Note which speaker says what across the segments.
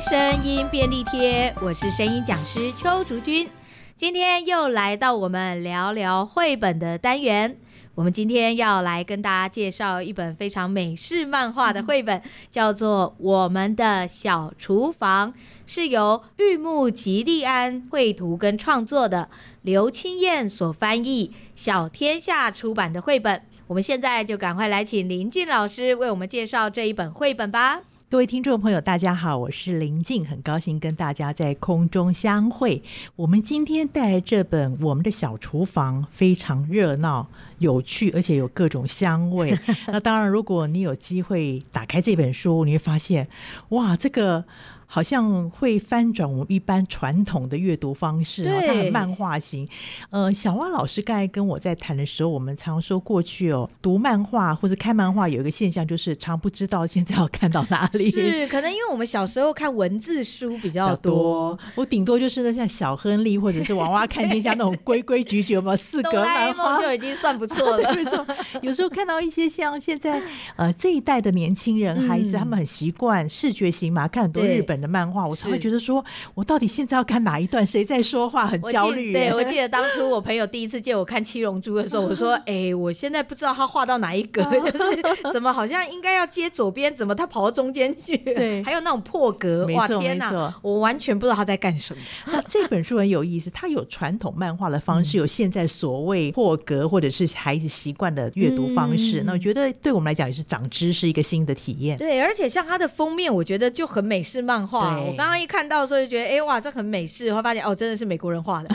Speaker 1: 声音便利贴，我是声音讲师邱竹君。今天又来到我们聊聊绘本的单元。我们今天要来跟大家介绍一本非常美式漫画的绘本，叫做《我们的小厨房》，是由玉木吉利安绘图跟创作的，刘清燕所翻译，小天下出版的绘本。我们现在就赶快来请林静老师为我们介绍这一本绘本吧。
Speaker 2: 各位听众朋友，大家好，我是林静，很高兴跟大家在空中相会。我们今天带来这本《我们的小厨房》，非常热闹、有趣，而且有各种香味。那当然，如果你有机会打开这本书，你会发现，哇，这个。好像会翻转我们一般传统的阅读方式啊，
Speaker 1: 对
Speaker 2: 它很漫画型。呃，小蛙老师刚才跟我在谈的时候，我们常说过去哦，读漫画或者看漫画有一个现象，就是常不知道现在要看到哪里。
Speaker 1: 是，可能因为我们小时候看文字书比
Speaker 2: 比
Speaker 1: 较
Speaker 2: 较
Speaker 1: 多
Speaker 2: 多，，我顶多就是那像小亨利或者是娃娃看天下那种规规矩矩，有没有四
Speaker 1: 哆
Speaker 2: 格
Speaker 1: 啦 A
Speaker 2: 漫画
Speaker 1: 梦？就已经算不错 了。
Speaker 2: 对，没错。有时候看到一些像现在呃这一代的年轻人、孩子，他们很习惯视觉型嘛，看很
Speaker 1: 嗯
Speaker 2: 多
Speaker 1: 对
Speaker 2: 日本的漫画，我常会
Speaker 1: 是
Speaker 2: 觉得说，我到底现在要看哪一段？谁在说话？很
Speaker 1: 我
Speaker 2: 焦
Speaker 1: 记
Speaker 2: 虑。
Speaker 1: 对，我记得当初我朋友第一次借我看《七龙珠》的时候，我 说：“哎、我现在不知道他画到哪一 格，就是怎么好像应该要接左边，怎么他跑到中间去？
Speaker 2: 对
Speaker 1: 还有那种破格，
Speaker 2: 没
Speaker 1: 哇，
Speaker 2: 错
Speaker 1: 天
Speaker 2: 没
Speaker 1: 哪
Speaker 2: 错，
Speaker 1: 我完全不知道他在干什么。
Speaker 2: 那这本书很有意思，它有传统漫画的方式，有现在所谓破格或者是孩子习惯的阅读方式。
Speaker 1: 嗯
Speaker 2: 那我觉得对我们来讲也是长知识一个新的体验。
Speaker 1: 对，而且像它的封面，我觉得就很美式漫画。
Speaker 2: 对
Speaker 1: 我刚刚一看到的时候就觉得，哎、哇，这很美式，会发现哦，真的是美国人画的。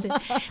Speaker 2: 对，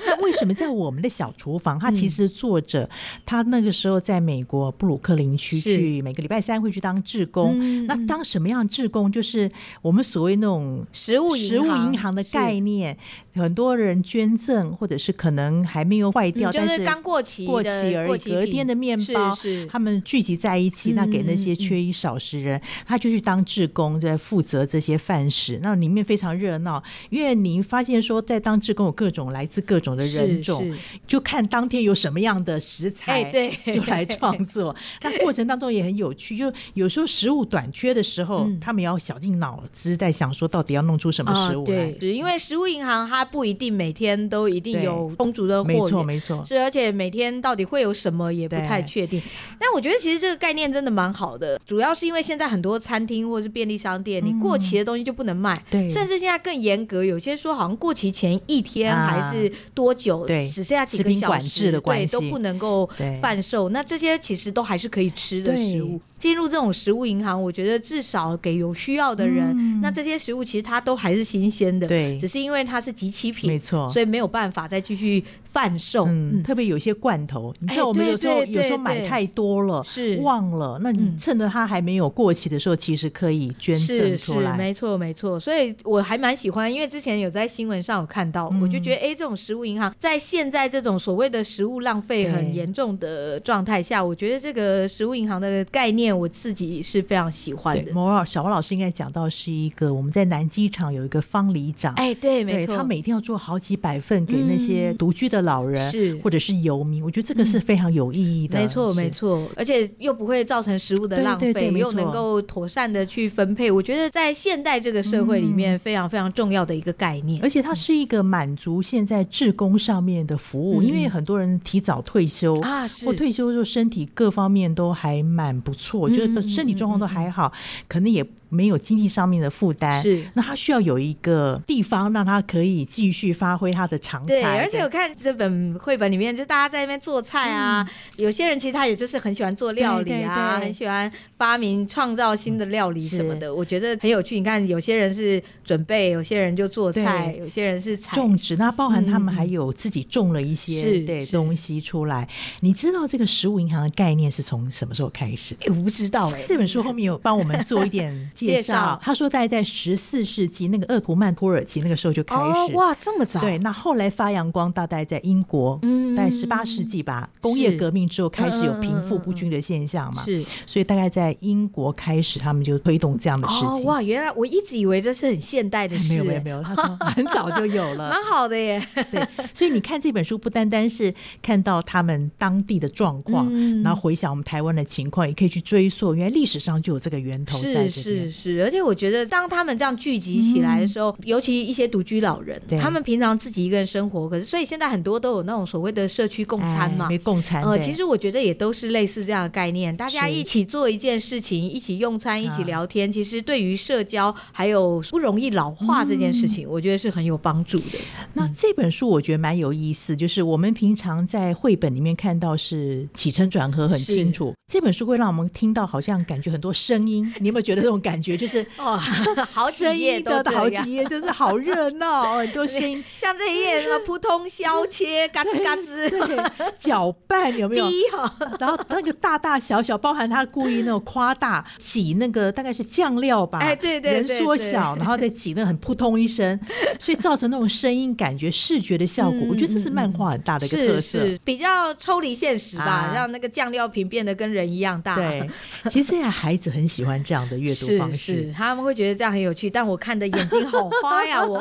Speaker 2: 那为什么在我们的小厨房？他其实作者、他那个时候在美国布鲁克林区
Speaker 1: 是
Speaker 2: 去，每个礼拜三会去当志工。那当什么样的志工？就是我们所谓那种。
Speaker 1: 食物
Speaker 2: 食物银行的概
Speaker 1: 念，
Speaker 2: 念，很多人捐赠，或者是可能还没有坏
Speaker 1: 嗯
Speaker 2: 掉，
Speaker 1: 就
Speaker 2: 但
Speaker 1: 是
Speaker 2: 是
Speaker 1: 刚过期
Speaker 2: 过
Speaker 1: 的
Speaker 2: 期而
Speaker 1: 过
Speaker 2: 已。
Speaker 1: 期
Speaker 2: 隔
Speaker 1: 品
Speaker 2: 天的面包，
Speaker 1: 是是嗯
Speaker 2: 他们聚集在一起，那给那些缺衣少食人，他就去当志工，在负责这些饭食。那里面非常热闹，因为你发现说，在当志工有各种来自各种的人种，
Speaker 1: 是是
Speaker 2: 就看当天有什么样的食
Speaker 1: 哎
Speaker 2: 材，
Speaker 1: 对
Speaker 2: 就来创作。那过程当中也很有趣，就有时候食物短缺的时
Speaker 1: 嗯
Speaker 2: 候，他们也要绞尽脑汁在想说，到底要弄出什么
Speaker 1: 啊
Speaker 2: 食物来
Speaker 1: 对，。是因为食物银行它不一定每天都一定
Speaker 2: 对
Speaker 1: 有充足的货
Speaker 2: 没
Speaker 1: 源，
Speaker 2: 错，没错。
Speaker 1: 是，而且每天到底会有什么也不
Speaker 2: 嗯对
Speaker 1: 太确定。但我觉得其实这个概念真的蛮好的，主要是因为现在很多餐厅或者是便利商店，你过期的东西就不能卖，
Speaker 2: 嗯对
Speaker 1: 甚至现在更严格，有些说好像过期前一天
Speaker 2: 啊
Speaker 1: 还是多久，
Speaker 2: 对
Speaker 1: 只剩下几
Speaker 2: 食
Speaker 1: 个
Speaker 2: 品
Speaker 1: 小
Speaker 2: 管
Speaker 1: 时，
Speaker 2: 制的
Speaker 1: 对，
Speaker 2: 关
Speaker 1: 都
Speaker 2: 系
Speaker 1: 不能够
Speaker 2: 对
Speaker 1: 贩售。那这些其实都还是可以吃的
Speaker 2: 对
Speaker 1: 食物。进入这种食物银行，我觉得至少给有需要的人，那这些食物其实它都还是新鲜的，
Speaker 2: 嗯对
Speaker 1: 只是因为它是集齐品，
Speaker 2: 没错，
Speaker 1: 所以没有办法再继续贩售。
Speaker 2: 嗯，
Speaker 1: 嗯，
Speaker 2: 特别有一些罐头，你知
Speaker 1: 哎
Speaker 2: 道我们
Speaker 1: 对
Speaker 2: 有时候、
Speaker 1: 对
Speaker 2: 有时候
Speaker 1: 对
Speaker 2: 买
Speaker 1: 对
Speaker 2: 太多了，
Speaker 1: 是
Speaker 2: 忘了。那你
Speaker 1: 嗯
Speaker 2: 趁着它还没有过期的时候，其实可以捐赠
Speaker 1: 是是
Speaker 2: 出，来。
Speaker 1: 没错没错。所以我还蛮喜欢，因为之前有在新闻上有看到，
Speaker 2: 嗯
Speaker 1: 我就觉得哎，诶这种食物银行在现在这种所谓的食物浪费
Speaker 2: 对
Speaker 1: 很严重的状态下，我觉得这个食物银行的概念，我自己是非常喜欢
Speaker 2: 对，
Speaker 1: 的。
Speaker 2: 某老小王老师应该讲到是一个我们在南机场有一个方里长，
Speaker 1: 哎，对，没
Speaker 2: 对
Speaker 1: 错，
Speaker 2: 他每天要做好几百份给那些
Speaker 1: 嗯
Speaker 2: 独居的老人、
Speaker 1: 是嗯
Speaker 2: 或者是游民，我觉得这个是非常有意义的。
Speaker 1: 没错，
Speaker 2: 是
Speaker 1: 没。错，而且又不会造成食物的浪费，
Speaker 2: 对对对没
Speaker 1: 又
Speaker 2: 错
Speaker 1: 能够妥善的去分配，我觉得在现代这个社会里面非常非常重要的一个概念。
Speaker 2: 而且它是一个满足现在志工上面的服务，
Speaker 1: 嗯
Speaker 2: 因为很多人提早退休
Speaker 1: 啊，是
Speaker 2: 我退休之后身体各方面都还蛮不错，
Speaker 1: 嗯
Speaker 2: 就是身体状况都还好，可能也没有经济上面的负担。
Speaker 1: 是
Speaker 2: 那他需要有一个地方让他可以继续发挥他的长才。
Speaker 1: 对，而且我看这本绘本里面，就大家在那边做菜啊，有些人其实他也就是很喜欢做料理啊，
Speaker 2: 嗯对对嗯对
Speaker 1: 很喜欢发明创造新的料理什么的，我觉得很有趣。你看，有些人是准备，有些人就做菜，有些人是采。
Speaker 2: 种植，那包含他
Speaker 1: 嗯嗯
Speaker 2: 们还有自己种了一些、
Speaker 1: 是
Speaker 2: 对
Speaker 1: 是
Speaker 2: 东西出来。你知道这个食物银行的概念是从什么时候开始的？
Speaker 1: 哎，我不知道哎、
Speaker 2: 这本书后面有帮我们做一点
Speaker 1: 介
Speaker 2: 介
Speaker 1: 绍
Speaker 2: 绍，他说大概在十四世纪那个鄂图曼土耳其那个时候就开
Speaker 1: 哦
Speaker 2: 始。
Speaker 1: 哇，这么早
Speaker 2: 对，那后来发扬光大，大概在英国，
Speaker 1: 嗯
Speaker 2: 大概十八世纪吧，工业革命之后开始有贫富不均的现象嘛，
Speaker 1: 是
Speaker 2: 所以大概在英国开始，他们就推动这样的事
Speaker 1: 哦
Speaker 2: 情。
Speaker 1: 哇，原来我一直以为这是很现代的
Speaker 2: 没
Speaker 1: 事、哎
Speaker 2: 有没有没 有，他从很早就有了，
Speaker 1: 蛮好的耶。
Speaker 2: 对，所以你看这本书，不单单是看到他们当地的状况，
Speaker 1: 嗯
Speaker 2: 然后回想我们台湾的情况，也可以去追溯，原来历史上就有这个源头在这边。嗯
Speaker 1: 是是是，而且我觉得当他们这样聚集起来的时候，尤其一些独居老人
Speaker 2: 对，
Speaker 1: 他们平常自己一个人生活，可是所以现在很多都有那种所谓的社区共餐嘛
Speaker 2: 哎。共餐。
Speaker 1: 呃，
Speaker 2: 对
Speaker 1: 其实我觉得也都是类似这样的概念，大家
Speaker 2: 是
Speaker 1: 一起做一件事情，一起用餐，一起
Speaker 2: 啊
Speaker 1: 聊天，其实对于社交还有不容易老化这
Speaker 2: 嗯
Speaker 1: 件事情，我觉得是很有帮助的。
Speaker 2: 那这本书我觉得蛮有意思，就是我们平常在绘本里面看到是起承转合很
Speaker 1: 是
Speaker 2: 清楚，这本书会让我们听到好像感觉很多声音，你有没有觉得这种感觉就是？
Speaker 1: 哦，好几
Speaker 2: 声
Speaker 1: 页
Speaker 2: 音
Speaker 1: 都
Speaker 2: 的
Speaker 1: 这
Speaker 2: 好
Speaker 1: 样
Speaker 2: 几。页就是好热闹，哦很多 声音，
Speaker 1: 像这一页什么扑通、削、切、嘎吱嘎吱、
Speaker 2: 对，搅拌有没有？
Speaker 1: 逼哦哈，
Speaker 2: 然后那个大大小小，包含他故意那种夸大挤那个大概是酱料吧，
Speaker 1: 哎对对对
Speaker 2: 人缩小，然后再挤那个很扑通一声，所以造成那种声音感觉视觉的效果，
Speaker 1: 嗯
Speaker 2: 我觉得这是漫画很大的一个特
Speaker 1: 是
Speaker 2: 色。
Speaker 1: 是比较抽离现实吧，
Speaker 2: 啊
Speaker 1: 让那个酱料瓶变得跟人一样大。
Speaker 2: 对，其实现在孩子很喜欢这样的阅读
Speaker 1: 啊是
Speaker 2: 方
Speaker 1: 是，
Speaker 2: 式。
Speaker 1: 他们会觉得这样很有趣，但我看的眼睛好花呀！ 我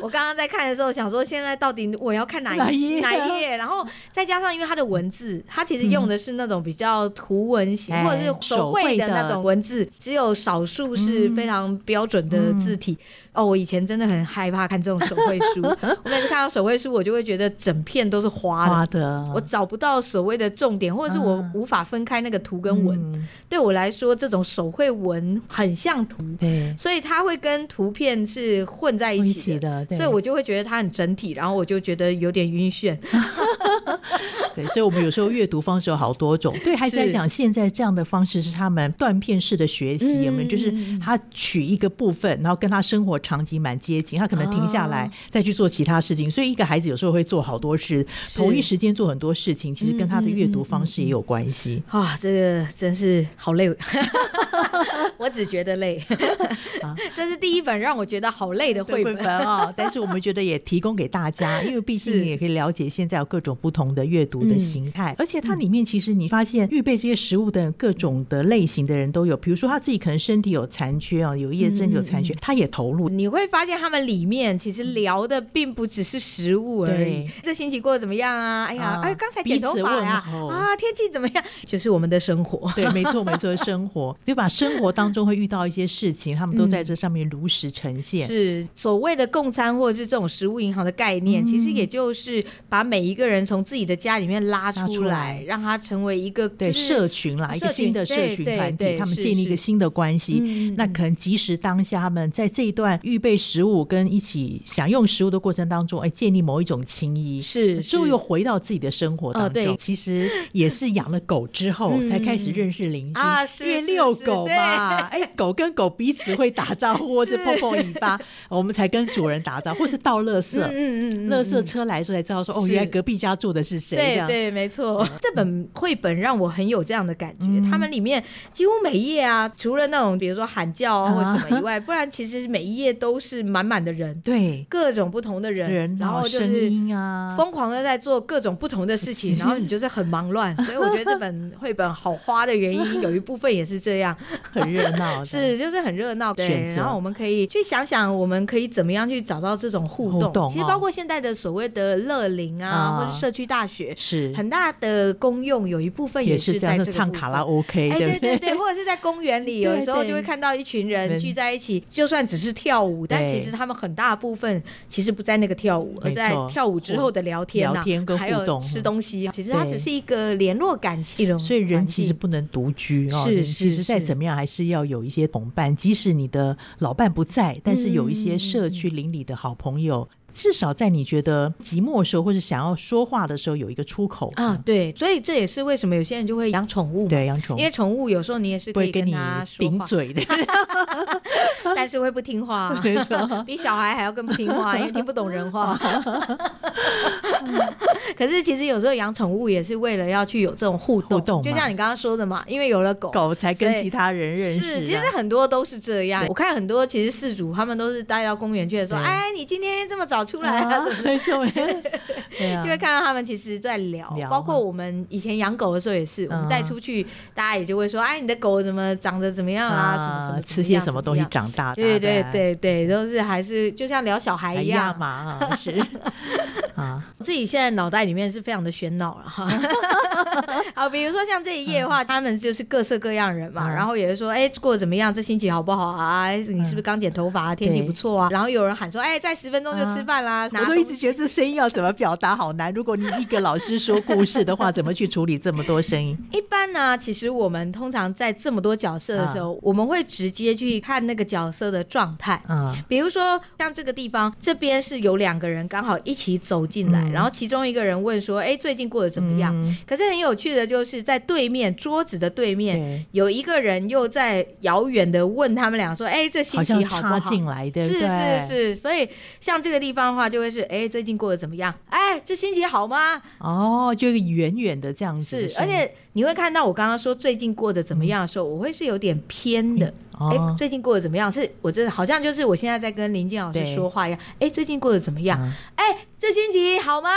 Speaker 1: 我刚刚在看的时候，想说现在到底我要看哪
Speaker 2: 哪
Speaker 1: 一
Speaker 2: 一页啊
Speaker 1: 哪一页？然后再加上因为它的文字，它其实用的是那种比较图文型、
Speaker 2: 嗯哎
Speaker 1: 或者是手绘的那种文字，只有少数是
Speaker 2: 嗯
Speaker 1: 非常标准的字体。哦，我以前真的很害怕看这种手绘书， 我每次看到手绘书，我就会觉得整片都是花的。
Speaker 2: 花的，
Speaker 1: 啊我找不到所谓的重点，或者是我
Speaker 2: 嗯
Speaker 1: 无法分开那个图跟文。
Speaker 2: 嗯
Speaker 1: 对我来说，这种手绘文很像图，
Speaker 2: 对
Speaker 1: 所以它会跟图片是混在一
Speaker 2: 一
Speaker 1: 起
Speaker 2: 起
Speaker 1: 的。
Speaker 2: 的，对
Speaker 1: 所以我就会觉得它很整体，然后我就觉得有点晕眩。
Speaker 2: 对，所以我们有时候阅读方式有好多种。对孩子来
Speaker 1: 是
Speaker 2: 讲，现在这样的方式是他们断片式的学习，
Speaker 1: 嗯
Speaker 2: 有没有？就是他取一个部分，然后跟他生活场景蛮接近，他可能停下来、
Speaker 1: 哦
Speaker 2: 再去做其他事情。所以一个孩子有时候会做好多事，同一时间做很多事情，其实跟他
Speaker 1: 嗯
Speaker 2: 的阅读方式也有关系、
Speaker 1: 啊，这个真是好累， 我只觉得累。 这是第一本让我觉得好累的绘
Speaker 2: 绘
Speaker 1: 本。
Speaker 2: 本啊、 但是我们觉得也提供给大家，因为毕竟
Speaker 1: 是
Speaker 2: 你也可以了解现在有各种不同的阅读的形态，而且它里面其实你发现预备这些食物的各种的类型的人都有，比如说他自己可能身体有残缺啊，有一些身体有残缺，他也投入。
Speaker 1: 你会发现他们里面其实聊的并不只是食物而已
Speaker 2: 嗯对。
Speaker 1: 这星期过得怎么样啊？哎呀，
Speaker 2: 啊
Speaker 1: 哎，刚才剪头发呀
Speaker 2: 彼此问、候
Speaker 1: 啊，天气怎么样？就是我们的生活。
Speaker 2: 对，没错，没错，生活对吧？生活当中会遇到一些事情，他们都在这上面如实呈 现。
Speaker 1: 是所谓的共餐或者是这种食物银行的概
Speaker 2: 嗯
Speaker 1: 念，其实也就是把每一个人从自己的家里面拉出来，
Speaker 2: 拉出来
Speaker 1: 让他成为一个、就是、
Speaker 2: 对社群啦，一个
Speaker 1: 社群
Speaker 2: 新的社
Speaker 1: 对
Speaker 2: 群
Speaker 1: 对
Speaker 2: 团体，
Speaker 1: 对
Speaker 2: 他们
Speaker 1: 是
Speaker 2: 建立一个
Speaker 1: 是
Speaker 2: 新的关系。
Speaker 1: 嗯
Speaker 2: 那可能即时当下，他们在这一段预备食物跟一起享用食物的过程当中，哎，建立某一种情谊。
Speaker 1: 是
Speaker 2: 之后又回到自己的生活当
Speaker 1: 哦
Speaker 2: 中，
Speaker 1: 对嗯
Speaker 2: 其实也是养了狗之 后才开始认识邻居
Speaker 1: 啊是
Speaker 2: 因为
Speaker 1: 是
Speaker 2: 遛
Speaker 1: 是
Speaker 2: 狗
Speaker 1: 对
Speaker 2: 嘛， 哎，狗跟狗彼此会打招呼或 者
Speaker 1: 是
Speaker 2: 碰碰尾巴，我们才跟主人打招呼，或是倒垃圾，
Speaker 1: 嗯嗯嗯
Speaker 2: 垃圾车来的时候才知道说，哦，
Speaker 1: 是
Speaker 2: 原来隔壁家住的是谁，这
Speaker 1: 对
Speaker 2: 样嗯
Speaker 1: 对，没错。这本绘本让我很有这样的感觉，他们里面几乎每一页啊，除了那种比如说喊叫啊或什么以外，不然其实每一页都是满满的人，
Speaker 2: 对
Speaker 1: 各种不同的人，
Speaker 2: 人啊
Speaker 1: 然后就
Speaker 2: 声
Speaker 1: 是
Speaker 2: 音啊，
Speaker 1: 疯狂的在做各种不同的事 情，然后你就是很忙乱，所以我觉得这本绘本好花的原因，有一部分也是这 样，
Speaker 2: 很热闹 的，
Speaker 1: 是就是很热闹。
Speaker 2: 选
Speaker 1: 对，
Speaker 2: 择
Speaker 1: 然后我们可以去想想，我们可以怎么样去找到这种互
Speaker 2: 互动
Speaker 1: 动。其实
Speaker 2: 哦
Speaker 1: 包括现在的所谓的乐龄啊，
Speaker 2: 啊
Speaker 1: 或者社区大学，
Speaker 2: 是
Speaker 1: 很大的功用有一部分
Speaker 2: 也
Speaker 1: 是
Speaker 2: 是这
Speaker 1: 在
Speaker 2: 样，
Speaker 1: 这
Speaker 2: 就
Speaker 1: 个
Speaker 2: 唱
Speaker 1: 部分
Speaker 2: 卡拉。OK，
Speaker 1: 哎，
Speaker 2: 对
Speaker 1: 对
Speaker 2: 不对
Speaker 1: 对？对，或者是在公园 里，
Speaker 2: 对
Speaker 1: 有时候就会
Speaker 2: 对
Speaker 1: 看到一群
Speaker 2: 人
Speaker 1: 人聚在一起，就算只是跳舞，但
Speaker 2: 对
Speaker 1: 其实他们很大部分其实不在那个跳舞，而
Speaker 2: 没错
Speaker 1: 在跳舞之后的聊天啊、
Speaker 2: 聊天跟
Speaker 1: 还
Speaker 2: 互动
Speaker 1: 有吃东西，啊其实它
Speaker 2: 对
Speaker 1: 只是一个联络感情一种环境。
Speaker 2: 所以人其实不能独居哦，
Speaker 1: 是
Speaker 2: 人
Speaker 1: 是
Speaker 2: 其实再
Speaker 1: 是
Speaker 2: 怎么样还是要有一些同伴，即使你的老伴不在，但是有一
Speaker 1: 嗯
Speaker 2: 些社区邻里的好朋友，至少在你觉得寂寞的时候，或者想要说话的时候，有一个出口。
Speaker 1: 啊，对，所以这也是为什么有些人就会养宠物嘛，
Speaker 2: 对，养宠物
Speaker 1: 因为宠物有时候你也是
Speaker 2: 不
Speaker 1: 可
Speaker 2: 会
Speaker 1: 以
Speaker 2: 跟你
Speaker 1: 它说
Speaker 2: 顶
Speaker 1: 话，
Speaker 2: 嘴 的，
Speaker 1: 但是会不听话啊、
Speaker 2: 没 错。
Speaker 1: 比小孩还要更不听话，因为听不懂人 话。嗯 可是其实有时候养宠物也是为了要去有这种互动，
Speaker 2: 互动嘛
Speaker 1: 就像你刚刚说的嘛，因为有了狗。
Speaker 2: 狗才跟
Speaker 1: 所以
Speaker 2: 其他人认识、啊，
Speaker 1: 是，其实很多都是这样。我看很多其实事主他们都是带到公园去说：“
Speaker 2: 对
Speaker 1: 哎，你今天这么早出来啊
Speaker 2: 啊？” 没错，没错对 啊
Speaker 1: 就会看到他们其实在聊，
Speaker 2: 聊
Speaker 1: 包括我们以前养狗的时候也是，我
Speaker 2: 嗯
Speaker 1: 们带出去，大家也就会说：“哎，你的狗怎么长得怎么样啊？什么什么怎么样，
Speaker 2: 吃些什么东西
Speaker 1: 怎样
Speaker 2: 长大的啊？
Speaker 1: 对对
Speaker 2: 啊
Speaker 1: 对对，都是还是就像聊小孩
Speaker 2: 哎
Speaker 1: 一
Speaker 2: 呀
Speaker 1: 样嘛。
Speaker 2: 嘛，是啊哈，
Speaker 1: 我自己现在脑袋里面是非常的喧闹了 哈。好，比如说像这一页的话，他们就是各色各样人嘛，
Speaker 2: 嗯
Speaker 1: 然后有人说，哎，过得怎么样？这星期好不好啊？哎你是不是刚剪头发啊？天气
Speaker 2: 对啊
Speaker 1: 不错啊。然后有人喊说，哎，在十分钟就吃饭啦。拿
Speaker 2: 我都一
Speaker 1: 东
Speaker 2: 直觉得这声音要怎么表达好难。如果你一个老师说故事的话，怎么去处理这么多声音？
Speaker 1: 一般呢、其实我们通常在这么多角色的时候，我们会直接去看那个角色的状态。
Speaker 2: 啊、
Speaker 1: 比如说，像这个地方，这边是有两个人刚好一起走进来，
Speaker 2: 嗯
Speaker 1: 然后其中一个人问说：“哎、最近过得怎么样？”
Speaker 2: 嗯
Speaker 1: 可是很有趣的就是，在对面桌子的对面
Speaker 2: 对，
Speaker 1: 有一个人又在遥远的问他们俩说：“哎、这星
Speaker 2: 好
Speaker 1: 期
Speaker 2: 像
Speaker 1: 好不好？”
Speaker 2: 插进来，对不
Speaker 1: 是
Speaker 2: 对？
Speaker 1: 是是，所以像这个地方的话，就会是哎、最近过得怎么样？哎、这星期好吗？
Speaker 2: 哦，就远远的这样子
Speaker 1: 是
Speaker 2: 的，声
Speaker 1: 而
Speaker 2: 音，
Speaker 1: 且你会看到我刚刚说最近过得怎么样的时候，我会是有点偏的。哎、
Speaker 2: 哦，
Speaker 1: 最近过得怎么样？是我真的好像就是我现在在跟林静老师
Speaker 2: 对
Speaker 1: 说话一样。哎，最近过得怎么样？
Speaker 2: 嗯
Speaker 1: 哎、这星期好吗？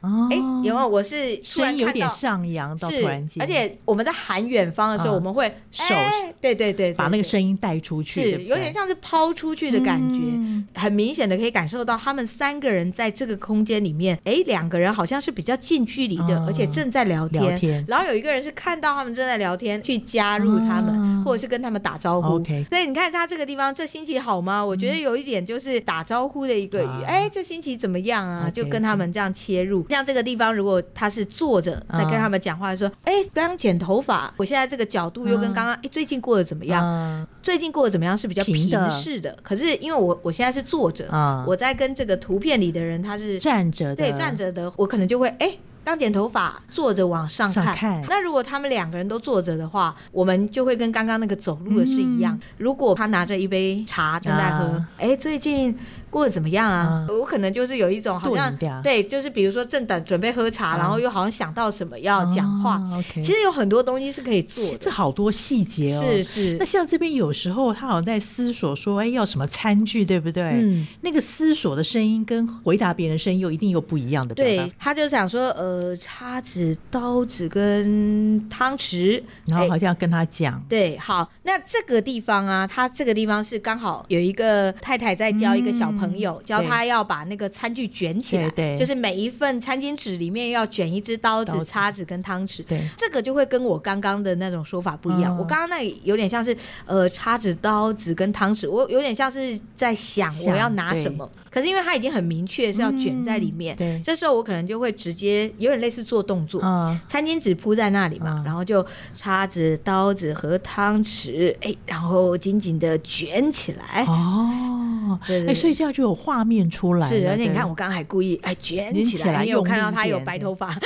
Speaker 2: 哦
Speaker 1: 哎、有没有？我是突
Speaker 2: 声
Speaker 1: 然
Speaker 2: 音有
Speaker 1: 看
Speaker 2: 点
Speaker 1: 到
Speaker 2: 上扬到
Speaker 1: 是
Speaker 2: 突然间，
Speaker 1: 而且我们在喊远方的时候，
Speaker 2: 嗯
Speaker 1: 我们会
Speaker 2: 手
Speaker 1: 哎对对对，对
Speaker 2: 把那
Speaker 1: 对
Speaker 2: 个声音带出去，对
Speaker 1: 是
Speaker 2: 不
Speaker 1: 有点
Speaker 2: 对
Speaker 1: 像是抛出去的感觉。
Speaker 2: 嗯
Speaker 1: 很明显的可以感受到，他们三个人在这个空间里面，哎，两个人好像是比较近距离的，
Speaker 2: 嗯
Speaker 1: 而且正在聊天。
Speaker 2: 聊天
Speaker 1: 然后有一个人是看到他们正在聊天，去加入他们，
Speaker 2: 啊
Speaker 1: 或者是跟他们打招呼。
Speaker 2: OK 嗯
Speaker 1: 所以你看他这个地方，这星期好吗？我觉得有一点就是打招呼的一个
Speaker 2: 啊
Speaker 1: 语，哎、这星期怎么样啊
Speaker 2: OK，
Speaker 1: 就跟他们这样切入。像这个地方，如果他是坐着在跟
Speaker 2: 啊
Speaker 1: 他们讲话，说，哎、刚剪头发，我现在这个角度又跟刚刚，哎、最近过得怎么样？
Speaker 2: 啊
Speaker 1: 最近过得怎么样是比较平
Speaker 2: 平的
Speaker 1: 视的，可是因为我我现在是坐着，
Speaker 2: 啊，
Speaker 1: 我在跟这个图片里的人他是
Speaker 2: 站着的，
Speaker 1: 对站着的，我可能就会哎。刚剪头发，坐着往上看。
Speaker 2: 上看
Speaker 1: 那如果他们两个人都坐着的话，我们就会跟刚刚那个走路的是一样。如果他拿着一杯茶正在喝
Speaker 2: 嗯啊，
Speaker 1: 哎、最近过得怎么样啊？
Speaker 2: 啊
Speaker 1: 我可能就是有一种好像
Speaker 2: 顿掉
Speaker 1: 对，就是比如说正等准备喝茶，然后又好像想到什么要讲话。
Speaker 2: 啊，OK，
Speaker 1: 其实有很多东西是可以做
Speaker 2: 是
Speaker 1: 的，
Speaker 2: 这好多细节哦，
Speaker 1: 是是
Speaker 2: 那像这边有时候他好像在思索说，哎，要什么餐具，对不对？
Speaker 1: 嗯，
Speaker 2: 那个思索的声音跟回答别人的声音又一定有不一样的表
Speaker 1: 对
Speaker 2: 达，，
Speaker 1: 他就想说，呃，叉子、刀子跟汤匙，
Speaker 2: 然
Speaker 1: 哎
Speaker 2: 后好像要跟他讲，
Speaker 1: 对，好，那这个地方啊，他这个地方是刚好有一个太太在教一个小朋友，教
Speaker 2: 嗯对
Speaker 1: 他要把那个餐具卷起来，
Speaker 2: 对对
Speaker 1: 就是每一份餐巾纸里面要卷一只刀子、
Speaker 2: 刀子
Speaker 1: 叉子跟汤匙。
Speaker 2: 对
Speaker 1: 这个就会跟我刚刚的那种说法不一样。
Speaker 2: 嗯
Speaker 1: 我刚刚那里有点像是呃叉子、刀子跟汤匙，我有点像是在想
Speaker 2: 想
Speaker 1: 我要拿什么。可是因为它已经很明确是要卷在里面，
Speaker 2: 嗯对
Speaker 1: 这时候我可能就会直接有点类似做动作，
Speaker 2: 啊，
Speaker 1: 餐巾纸铺在那里嘛，
Speaker 2: 嗯
Speaker 1: 然后就叉子、刀子和汤匙，哎，然后紧紧的卷起来。
Speaker 2: 哦，
Speaker 1: 对对
Speaker 2: 哎，
Speaker 1: 对
Speaker 2: 所以这样就有画面出来了，
Speaker 1: 是，而且你
Speaker 2: 对
Speaker 1: 看，我刚刚还故意哎卷
Speaker 2: 卷
Speaker 1: 起
Speaker 2: 起来
Speaker 1: 因为我
Speaker 2: 用
Speaker 1: 看到
Speaker 2: 力
Speaker 1: 他
Speaker 2: 一
Speaker 1: 有
Speaker 2: 点
Speaker 1: 白
Speaker 2: 对
Speaker 1: 头发。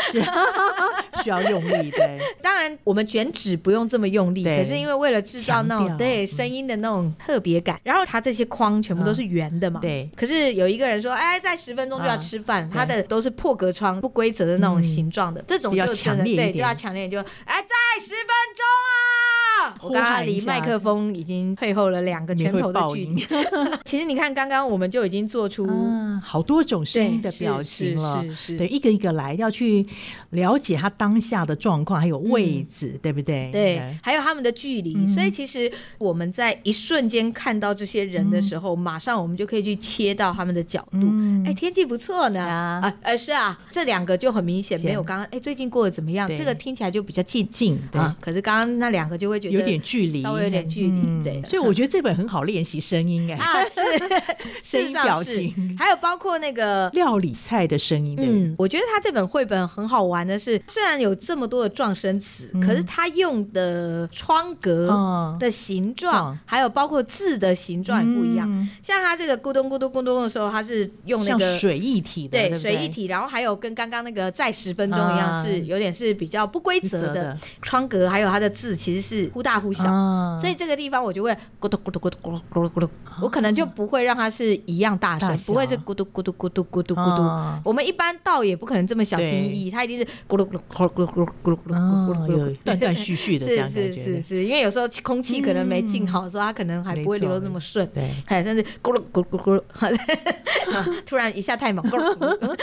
Speaker 2: 需要用力 的，
Speaker 1: 当然，我们卷纸不用这么用力，
Speaker 2: 对
Speaker 1: 可是因为为了制造那种
Speaker 2: 强调
Speaker 1: 对
Speaker 2: 嗯
Speaker 1: 声音的那种特别感，然后它这些框全部都是圆的嘛。
Speaker 2: 嗯对嗯
Speaker 1: 可是有一个人说，哎，在十分钟就要吃饭，它的都是破格窗、不规则的那种形状的，这种
Speaker 2: 嗯比
Speaker 1: 就真
Speaker 2: 较
Speaker 1: 的
Speaker 2: 强烈一
Speaker 1: 对，
Speaker 2: 点
Speaker 1: 就要强烈一点，就哎，在十分钟啊！我
Speaker 2: 呼
Speaker 1: 刚刚
Speaker 2: 喊一
Speaker 1: 离
Speaker 2: 下
Speaker 1: 麦克风已经退后了两个
Speaker 2: 你
Speaker 1: 拳
Speaker 2: 会
Speaker 1: 头的
Speaker 2: 爆
Speaker 1: 距
Speaker 2: 音
Speaker 1: 离。 其实你看，刚刚我们就已经做出
Speaker 2: 啊，好多种声音的
Speaker 1: 对
Speaker 2: 表
Speaker 1: 是是
Speaker 2: 情了，
Speaker 1: 是是
Speaker 2: 对，一个一个来，要去了解他当下的状况，还有位置，对不对？
Speaker 1: 对，还有他们的距离。
Speaker 2: 嗯
Speaker 1: 所以其实我们在一瞬间看到这些人的时候，马上我们就可以去切到他们的角度。
Speaker 2: 嗯
Speaker 1: 哎，天气不错呢
Speaker 2: 啊
Speaker 1: 啊，呃，是啊，这两个就很明显
Speaker 2: 是
Speaker 1: 没有刚刚哎最近过得怎么样？
Speaker 2: 对
Speaker 1: 这个听起来就比较近
Speaker 2: 近对
Speaker 1: 啊，可是刚刚那两个就会觉得
Speaker 2: 有点距离，
Speaker 1: 稍微有点距离
Speaker 2: 嗯
Speaker 1: 对
Speaker 2: 所以我觉得这本很好练习声音，哎，
Speaker 1: 啊，是
Speaker 2: 声
Speaker 1: 事
Speaker 2: 音
Speaker 1: 实上
Speaker 2: 表
Speaker 1: 是
Speaker 2: 情
Speaker 1: 还有包括那个
Speaker 2: 料理菜的声音，对，
Speaker 1: 嗯，我觉得他这本绘本很好玩的是，虽然有这么多的撞声词，可是他用的窗格
Speaker 2: 嗯
Speaker 1: 的形状，
Speaker 2: 状
Speaker 1: 还有包括字的形状也不一样。
Speaker 2: 嗯
Speaker 1: 像他这个咕咚咕咚咕咚的时候，他是用那
Speaker 2: 像
Speaker 1: 个。
Speaker 2: 水一体的，对不对，
Speaker 1: 水一体，然后还有跟刚刚那个在十分钟一样，
Speaker 2: 啊
Speaker 1: 是有点是比较不规则
Speaker 2: 规则
Speaker 1: 的
Speaker 2: 的
Speaker 1: 窗格，还有它的字其实是忽大忽小，
Speaker 2: 啊，
Speaker 1: 所以这个地方我就会咕嘟咕嘟咕嘟咕嘟咕嘟咕嘟，我可能就不会让它是一样大声
Speaker 2: 大，
Speaker 1: 不
Speaker 2: 小
Speaker 1: 会是咕嘟咕嘟咕嘟咕嘟咕
Speaker 2: 啊
Speaker 1: 嘟。我们一般倒也不可能这么小心翼翼，它一定是咕噜咕噜咕噜咕噜咕噜咕噜咕噜咕噜
Speaker 2: 啊
Speaker 1: 咕噜
Speaker 2: 有断断 续续的这
Speaker 1: 是
Speaker 2: 样
Speaker 1: 是
Speaker 2: 感
Speaker 1: 是
Speaker 2: 觉，
Speaker 1: 是，因为有时候空气可能没进好的时候，它可能还不会
Speaker 2: 没错
Speaker 1: 流的那么顺。
Speaker 2: 对。
Speaker 1: 哎，甚至咕噜咕噜咕噜，突然一下太猛，咕噜咕噜。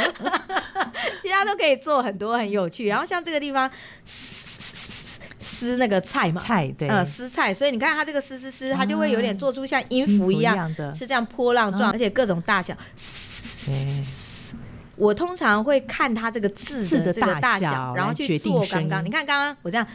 Speaker 1: 其他都可以做很多很有趣。然后像这个地方撕撕那个菜嘛，
Speaker 2: 菜 对，啊
Speaker 1: 呃，撕菜，所以你看它这个撕撕撕，它就会有点做出像音符
Speaker 2: 音符
Speaker 1: 一
Speaker 2: 一嗯
Speaker 1: 样，
Speaker 2: 样的
Speaker 1: 是这样波浪状，而且各种大小，
Speaker 2: 对
Speaker 1: 我通常会看它这个字
Speaker 2: 字
Speaker 1: 的
Speaker 2: 的
Speaker 1: 这个
Speaker 2: 大
Speaker 1: 大
Speaker 2: 小
Speaker 1: 小，然后
Speaker 2: 来
Speaker 1: 去
Speaker 2: 决定
Speaker 1: 做
Speaker 2: 声
Speaker 1: 刚刚。
Speaker 2: 音
Speaker 1: 你看刚刚我这样，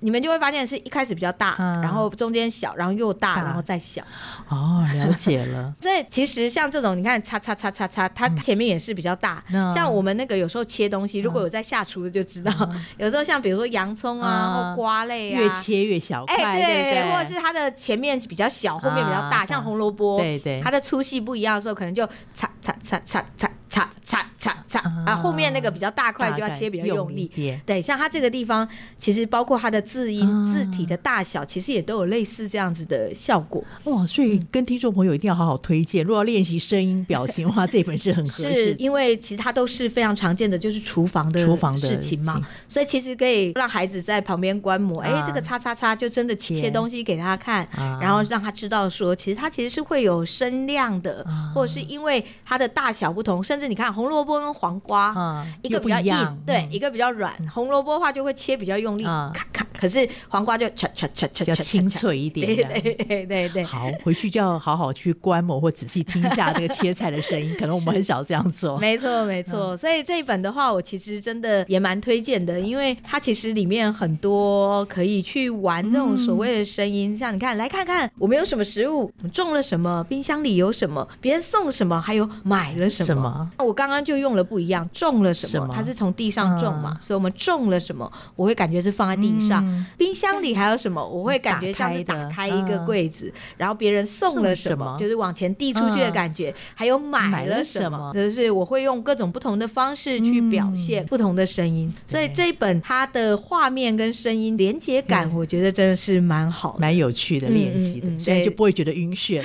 Speaker 1: 你们就会发现是一开始比较大，
Speaker 2: 嗯
Speaker 1: 然后中间小，然后又大，
Speaker 2: 大
Speaker 1: 然后再小。
Speaker 2: 哦，了解
Speaker 1: 。
Speaker 2: 了
Speaker 1: 所以其实像这种，你看叉叉叉叉叉，它前面也是比较大。
Speaker 2: 嗯
Speaker 1: 像我们那个有时候切东西，如果有在下厨的就知道，有时候像比如说洋葱啊，
Speaker 2: 嗯
Speaker 1: 或瓜类啊，
Speaker 2: 越切越小块，
Speaker 1: 哎、
Speaker 2: 对不对？
Speaker 1: 或者是它的前面比较小，后面比较大，
Speaker 2: 啊
Speaker 1: 像红萝卜，
Speaker 2: 对对
Speaker 1: 它的粗细不一样的时候，可能就擦擦擦擦擦擦擦擦擦啊，
Speaker 2: 啊
Speaker 1: 后面那个比较大块就要切比较用
Speaker 2: 力一
Speaker 1: 力。
Speaker 2: 点，
Speaker 1: 对，像它这个地方，其实包括它的字音、
Speaker 2: 啊
Speaker 1: 字体的大小，其实也都有类似这样子的效果。
Speaker 2: 哇！所以
Speaker 1: 嗯
Speaker 2: 跟听众朋友一定要好好推荐，如果要练习声音表情的话，这本是很
Speaker 1: 是
Speaker 2: 合适的。
Speaker 1: 因为其实它都是非常常见的，就是厨房的
Speaker 2: 厨房的
Speaker 1: 事情嘛
Speaker 2: 事情，
Speaker 1: 所以其实可以让孩子在旁边观摩，哎、
Speaker 2: 啊
Speaker 1: 这个叉叉叉就真的切
Speaker 2: 切
Speaker 1: 东西给他看，
Speaker 2: 啊
Speaker 1: 然后让他知道说，其实它其实是会有声量的，
Speaker 2: 啊
Speaker 1: 或者是因为它的大小不同，甚至你看红萝卜跟黄瓜。
Speaker 2: 啊，
Speaker 1: 一个
Speaker 2: 又不
Speaker 1: 比较
Speaker 2: 一
Speaker 1: 硬，
Speaker 2: 样嗯
Speaker 1: 对，一个比较软。红萝卜的话就会切比较用力，
Speaker 2: 啊
Speaker 1: 咔咔。可是黄瓜就嚓嚓嚓嚓
Speaker 2: 比
Speaker 1: 嚓
Speaker 2: 较清
Speaker 1: 嚓，
Speaker 2: 脆一点。
Speaker 1: 对
Speaker 2: 这样
Speaker 1: 对对对对。
Speaker 2: 好，回去就要好好去观摩或仔细听一下这个切菜的声音，可能我们很少这样做。
Speaker 1: 没错，没
Speaker 2: 嗯
Speaker 1: 错。所以这一本的话，我其实真的也蛮推荐的，因为它其实里面很多可以去玩这种所谓的声音，像你看，来看看我们有什么食物，我们种了什么，冰箱里有什么，别人送什么，还有买了什么。
Speaker 2: 什么
Speaker 1: 我刚刚就用了不一样，种了什么，
Speaker 2: 什么
Speaker 1: 它是从地上种嘛，所以我们种了什么，我会感觉是放在地上。
Speaker 2: 嗯
Speaker 1: 冰箱里还有什么？我会感觉像是
Speaker 2: 打开
Speaker 1: 打
Speaker 2: 的
Speaker 1: 开一个
Speaker 2: 嗯
Speaker 1: 柜子，然后别人送了什
Speaker 2: 送了
Speaker 1: 么
Speaker 2: 什，么
Speaker 1: 就是往前递出去的
Speaker 2: 嗯
Speaker 1: 感觉，还有买
Speaker 2: 买了
Speaker 1: 了什
Speaker 2: 什
Speaker 1: 么
Speaker 2: 么，
Speaker 1: 就是我会用各种不同的方式去表
Speaker 2: 嗯
Speaker 1: 现不同的声音，所以这一本它的画面跟声音连接
Speaker 2: 嗯
Speaker 1: 感，我觉得真的是蛮好 的，
Speaker 2: 蛮有趣的练习
Speaker 1: 嗯嗯嗯
Speaker 2: 的，所以就不会觉得晕眩。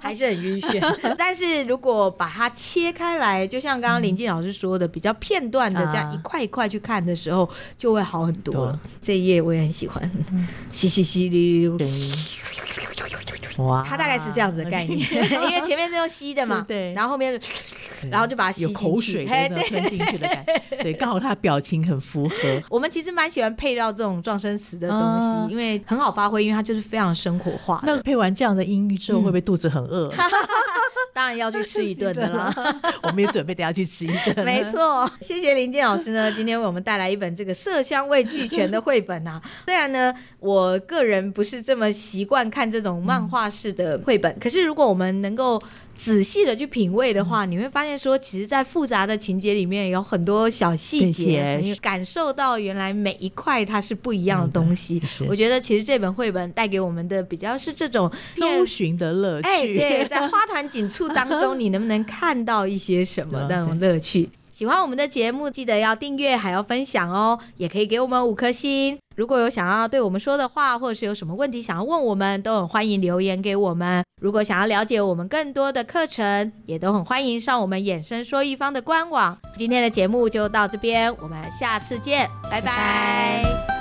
Speaker 1: 还是很晕 眩。但是如果把它切开来，就像刚刚林静老师说的，比较片段的这样
Speaker 2: 嗯啊
Speaker 1: 一块一块去看的时候，就会好很多了
Speaker 2: 懂。
Speaker 1: 这一页我也很喜欢，淅淅淅沥沥。
Speaker 2: 嗯对，嗯哇，
Speaker 1: 它大概是这样子的 概念，因为前面是用吸的嘛，
Speaker 2: 是对
Speaker 1: 然后后面就
Speaker 2: 对，
Speaker 1: 然后就把它吸
Speaker 2: 有
Speaker 1: 进去哎
Speaker 2: 口水的
Speaker 1: 嘿
Speaker 2: 那种吞进去的感觉， 对，刚好他的表情很符合。
Speaker 1: 我们其实蛮喜欢配到这种撞声词的东西，
Speaker 2: 啊
Speaker 1: 因为很好发挥，因为它就是非常生活化 的。 嗯
Speaker 2: 那配完这样的音之后，会不会肚子很饿？
Speaker 1: 当然要去吃一顿的啦。
Speaker 2: 我们也准备等下去吃一顿。
Speaker 1: 没错，谢谢林健老师呢，今天为我们带来一本这个色香味俱全的绘本啊。 虽然呢，我个人不是这么习惯看这种漫画式的绘本，可是如果我们能够仔细的去品味的话，你会发现说，其实，在复杂的情节里面有很多小细节，
Speaker 2: 对
Speaker 1: 你感受到原来每一块它是不一样的东西。
Speaker 2: 嗯是
Speaker 1: 我觉得其实这本绘本带给我们的比较是这种
Speaker 2: 搜寻的乐趣。
Speaker 1: 哎、 对，在花团锦簇当中，你能不能看到一些什么
Speaker 2: 对
Speaker 1: 那种乐趣？喜欢我们的节目，记得要订阅，还要分享哦，也可以给我们五颗星。如果有想要对我们说的话，或者是有什么问题想要问我们，都很欢迎留言给我们。如果想要了解我们更多的课程，也都很欢迎上我们衍生说一方的官网。今天的节目就到这边，我们下次见，拜拜